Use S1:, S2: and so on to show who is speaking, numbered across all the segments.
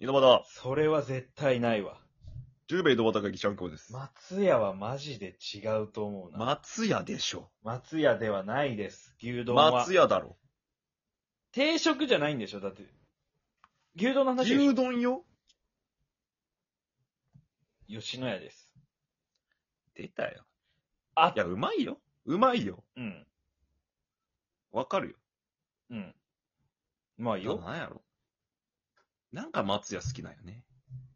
S1: 井戸端、
S2: それは絶対ないわ。
S1: 十兵衛井戸端会議ちゃんこです。
S2: 松屋はマジで違うと思うな。
S1: 松屋でしょ。
S2: 松屋ではないです。牛丼は。
S1: 松屋だろ。
S2: 定食じゃないんでしょだって。牛丼の話でしょ
S1: 牛丼よ。
S2: 吉野家です。
S1: 出たよ。
S2: あ
S1: いや、うまいよ。うまいよ。
S2: うん。
S1: わかる
S2: うん。まあいい
S1: よ。
S2: よ。
S1: なんやろ。なんか松屋好きなんよね。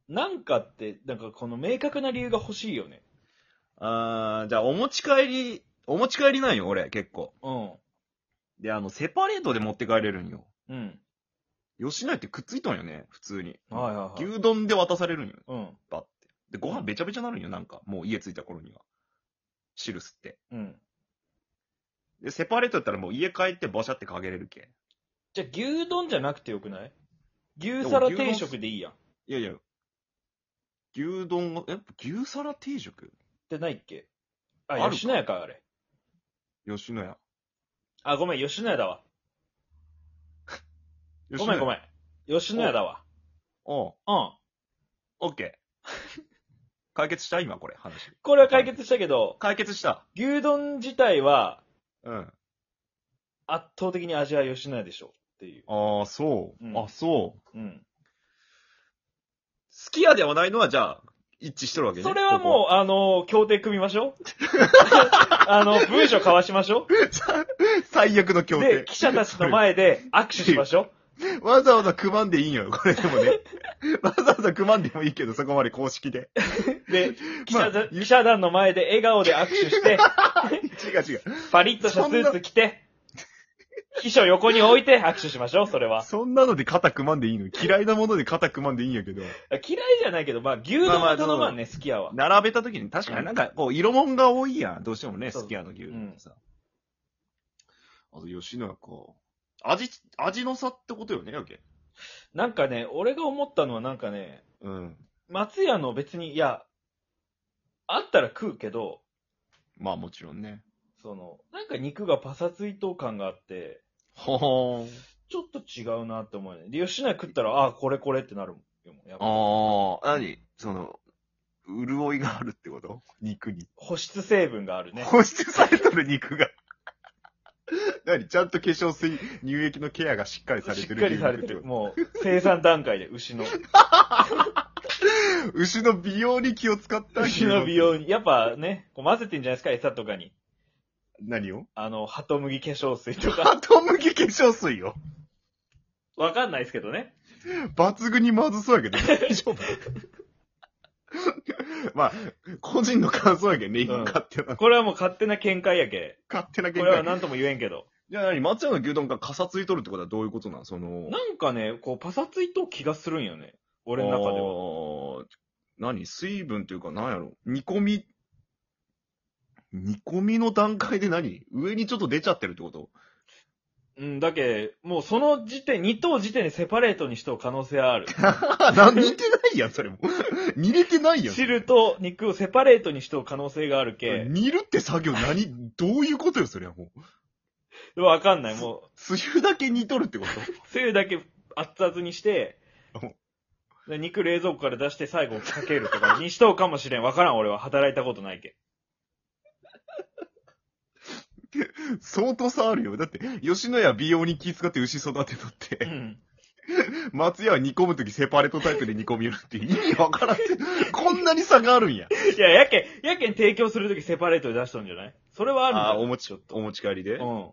S2: なんかって、なんかこの明確な理由が欲しいよね。
S1: あー、じゃあお持ち帰り、お持ち帰りなんよ、俺、結構。
S2: うん。
S1: で、あの、セパレートで持って帰れるんよ。
S2: うん。
S1: 吉野家ってくっついとんよね、普通に。
S2: はいはいはい。
S1: 牛丼で渡されるんよ。
S2: うん。
S1: バッて。で、ご飯べちゃべちゃなるんよ、なんか。もう家着いた頃には。汁吸って。
S2: うん。
S1: で、セパレートやったらもう家帰ってバシャってかけれるけ。
S2: じゃあ牛丼じゃなくてよくない牛皿定食でいいやん。っ
S1: いやいや。牛丼が、え、牛皿定食
S2: てないっけ
S1: あ
S2: あ、
S1: るか
S2: 吉野家か、あれ。
S1: 吉野家。
S2: あ、ごめん、吉野家だわ。ごめんご
S1: ん。あ
S2: めん。吉野家だわ。
S1: あ、
S2: うん。
S1: オッケー。 解決した今これ、話。
S2: これは解決したけど、
S1: 解決した。
S2: 牛丼自体は
S1: うん。
S2: 圧倒的に味は吉野家でしょっていう。
S1: ああ、そう。
S2: うん
S1: あ、そう。
S2: うん。
S1: 好き家ではないのは、じゃあ、一致してるわけね。
S2: それは
S1: こ
S2: もう、あの、協定組みま しょう。あの、文書交わしましょ
S1: こ 最悪の
S2: う。
S1: 協
S2: で
S1: 定、。
S2: 記者たちの前で握手しましょ
S1: わざわざ組まんでいいんよ、これでもね。 わざわざ組まんでもいいけど、そこまで公式で。
S2: う。で、記者,、
S1: まあ
S2: 記者団の前で笑顔で握手 して、
S1: 違う違う。
S2: パリッとしたスーツ着て、秘書横に置いて握手しましょう、それは。
S1: そんなので肩組まんでいいの嫌いなもので肩組まんでいいんやけど。
S2: 嫌いじゃないけど、まあ、牛丼は頼まんね、好きやは。
S1: 並べた時に確かになんか、こう、色物が多いやん。どうしてもね、
S2: そう
S1: 好きやの牛丼ってさ。あと、吉野家か。味、味の差ってことよね、やけ。
S2: なんかね、俺が思ったのはなんかね、
S1: うん。
S2: 松屋の別に、いや、あったら食うけど、
S1: まあもちろんね。
S2: その、なんか肉がパサついとう感があって、
S1: ほほーん。
S2: ちょっと違うなって思うね。で、吉野家食ったら、ああ、これこれってなるもん。でもやっぱ
S1: ああ、なにその、潤いがあるってこと肉に。
S2: 保湿成分があるね。
S1: 保湿されとる肉が。 何ちゃんと化粧水、乳液のケアがしっかりされ
S2: してっ
S1: る
S2: かりされ
S1: 牛
S2: て
S1: 肉っ
S2: る。
S1: こ
S2: もう、生産段階で、牛の。
S1: と牛の美容に気を使った
S2: 牛の美。容に。やっぱね、こう混ぜてんじゃないですか、餌とかに。
S1: 何を
S2: あの、鳩麦化粧水とか。
S1: 後向き化粧水よ。
S2: わかんないですけどね。
S1: 抜群にまずそうやけど、大丈夫 まあ、個人の感想やけどね、今
S2: うん
S1: 勝手な、
S2: これはもう勝手な見解やけ。
S1: 勝手な
S2: こ
S1: 見
S2: れは
S1: 解。
S2: 何とも言えんけ ど。
S1: じゃあ何松屋の牛丼がかさついとるってことはどういうことなんその、
S2: なんかね、こう、パサついとう気がするんよね。俺の中では。
S1: は。何水分というか何やろ煮込み、煮込みの段階で何上にちょっと出ちゃってるってこと
S2: うん、だけ、もうその時点、2等時点でセパレートにしとう可能性はある。
S1: 何煮てないやん、それも。 煮れて ないやん。
S2: 汁と肉をセパレートにしとう可能性があるけ、
S1: 煮るって作業何、どういうことよ、それはもう。
S2: わかんない。も
S1: つゆだけ煮とるってこと
S2: う、つゆだけ熱々にして
S1: うん、
S2: で肉冷蔵庫から出して最後かけるとかにしとうかもしれん。わからん、俺は。働いたことないけ。
S1: 相当差あるよ。だって、吉野家美容に気遣って牛育てとっ
S2: う
S1: て、
S2: ん。
S1: 松屋は煮込むときセパレートタイプで煮込みよるって意味わからんって。こんなに差があるんや。
S2: いや、やけん、やけん提供するときセパレートで出しとんじゃないそれはあるんだ
S1: あーお持ち
S2: ちょっ
S1: お
S2: と。
S1: 持ち帰りで。
S2: うん。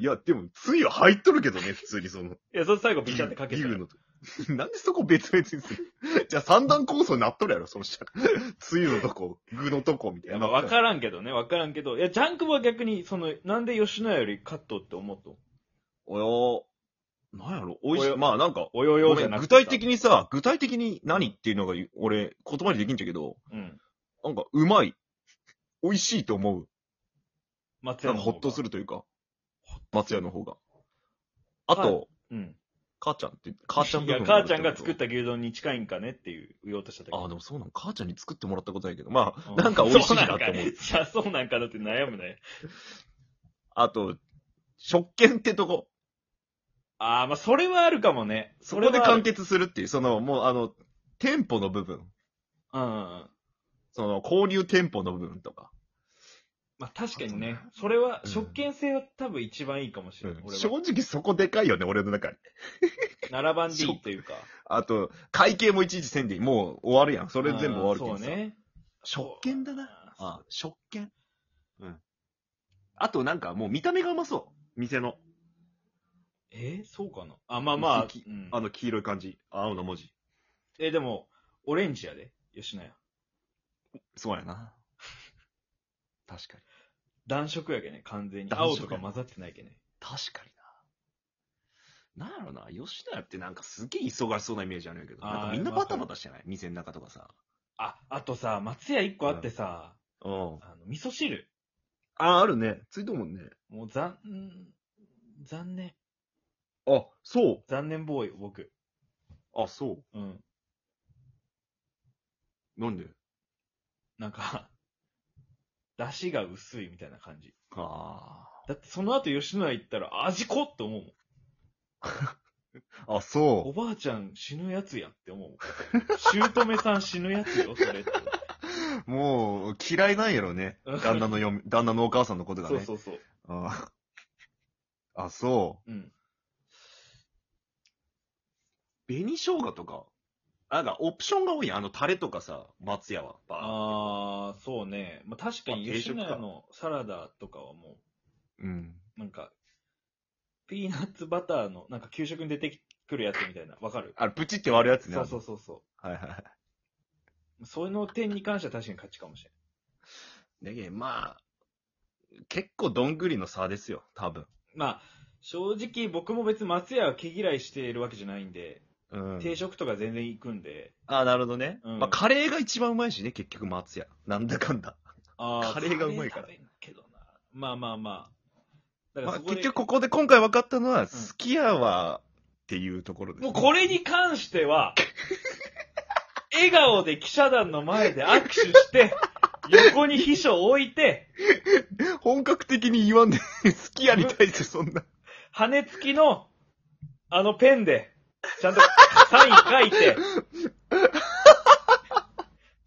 S1: いや、でも、つゆ入っとるけどね、普通にその。
S2: いや、それ最後ビチャってかけちゃ
S1: 牛
S2: う。
S1: のと。 なんでそこ別々にするじゃあ三段構想になっとるやろ、そのしたら。つゆのとこ、具のとこみた
S2: い
S1: い
S2: や、
S1: な。
S2: まあ、わからんけどね、わからんけど。いや、ジャンクは逆に、その、なんで吉野家よりカットって思うと
S1: およーなんやろ、おい
S2: お
S1: しい。
S2: よ
S1: まあなんか、
S2: およ
S1: ご
S2: よ
S1: め
S2: じゃ
S1: ん
S2: なく
S1: 具
S2: てさ。
S1: 体的にさ、具体的に何っていうのが、俺、言葉にできんちゃうけど、
S2: うん。
S1: なんか、うまい。美味しいと思う。
S2: 松
S1: な
S2: 屋
S1: ん
S2: の
S1: かほ
S2: 方が。
S1: っとす
S2: る。
S1: るというか、松屋の方が。あと、
S2: はうん。
S1: 母ちゃんって、母ちゃん
S2: い
S1: 部
S2: や、
S1: 分。
S2: 母ちゃんが作ったた牛丼に近いんかねっていう、言おうとしただけ。
S1: あ、でもそうなの。母ちゃんに作ってもらったことやけど、ま
S2: う
S1: あ、なんか美味しいなって思う
S2: そうな。
S1: ん
S2: かいや、 そうなんかだって悩むね。
S1: あと、食券ってとこ。
S2: ああ、まあ、それはあるかもね。
S1: そこで完
S2: 係。
S1: 結するっていう、その、もうあの、店舗の部分。
S2: うんうんうん。
S1: その、購入店舗の部分とか。
S2: まあ、確かにね。それは、
S1: うん
S2: 食券性は多分一番いいかもしれない。
S1: うん
S2: 俺
S1: 正
S2: は。
S1: 直そこでかいよね、俺の中で。
S2: 7番 D というか。
S1: あと、会計もいちいちせんでいい。もう終わるやん。それ全部終わるけ
S2: そ
S1: ど
S2: う
S1: さ。
S2: ね。
S1: 食券だな。ああ、食券。うん。あとなんかもう見た目がうまそう。店の。
S2: えーそうかなあ、まあまあ、
S1: 遺跡
S2: うん
S1: あの黄色い感じ。青の文字。
S2: えーでも、オレンジやで、吉野家。
S1: そうやな。 確かに。
S2: 暖色やけね、完全に。
S1: 暖色や
S2: 青とか混ざってないけね。
S1: 確かにな。なんやろな、吉野家ってなんかすげえ忙しそうなイメージあるんやけど、なん
S2: あー
S1: かみんなバタバタしてない店の中とかさ。
S2: あ、あとさ、松屋一個あってさ、
S1: うん。
S2: あの、味噌汁。
S1: あ、あるね。ついてるもんね。
S2: もう残、ん残念。
S1: あ、そ
S2: 残念ボーイ、僕。
S1: う。あ、そう。
S2: うん。
S1: なんで
S2: なんか、出汁が薄いみたいな感じ。
S1: あ
S2: だってその後吉野家行ったら味濃って思うもん。
S1: あ。あ、そ
S2: おばあちゃん死ぬやつやんって思うもん。姑さん死ぬやつ よ、それって。
S1: う。もう、嫌いなんやろ ね。
S2: うん
S1: 旦那の嫁、旦那のお母さんのことが
S2: そう
S1: ね。
S2: そうそう。
S1: ああ、そ
S2: うん。
S1: う。紅生姜とか。なんか、オプションが多いやん。あの、タレとかさ、松屋は。バー
S2: ああ、そうね。まあ、確かに
S1: まあ定
S2: 吉
S1: 食か
S2: 野家のサラダとかはも
S1: うん。
S2: う、なんか、ピーナッツバターの、なんか給食に出てくるやつみたいな。わかる
S1: あれ、プチって割るやつね。
S2: そうそうそうそ
S1: あのはいはい。
S2: う。その点に関しては確かに勝ちかもしれ
S1: だ
S2: ん。
S1: けど、まあ、結構どんぐりの差ですよ、多分。
S2: まあ、正直僕も別に松屋は毛嫌いしているわけじゃないんで、
S1: うん
S2: 定食とか全然行くんで、
S1: あなるほどね。
S2: うん
S1: まあ、カレーが一番うまいしね、結局、松屋。なんだかんだ。
S2: あー
S1: カレーがうまいから
S2: カレー食べんけどな。まあまあまあ。だ
S1: まあ、
S2: そこで
S1: 結局、ここで今回分かったのは、すき家は、っていうところです、
S2: もうこれに関しては、笑顔で記者団の前で握手して、横に秘書を置いて、
S1: 本格的に言わんで、 すき家に対してそんな。
S2: 羽付きの、あのペンで、ちゃんとサイン書いて、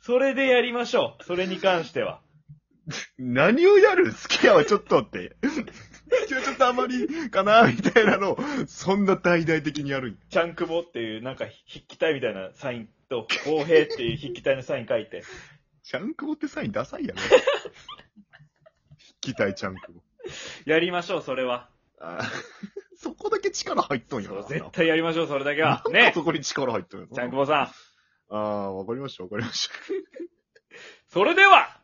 S2: それでやりましょう。それに関しては。
S1: 何をやるすき家はちょっとって。すき家はちょっとあまりかな、みたいなのを、そんな大々的にやるん
S2: ちゃんくぼっていう、なんか筆記体みたいなサインと、公平っていう筆記体のサイン書いて、
S1: ちゃんくぼってサインダサいやろ。引きたいちゃんくぼ。
S2: やりましょう、それは。
S1: あーそこだけ力入っとんや
S2: そ
S1: ろ
S2: う、絶対やりましょう、それだけは。 ね
S1: そこに力入っとんやろ
S2: ちゃんくぼさん。
S1: ああ、わかりました、わかりました。
S2: それでは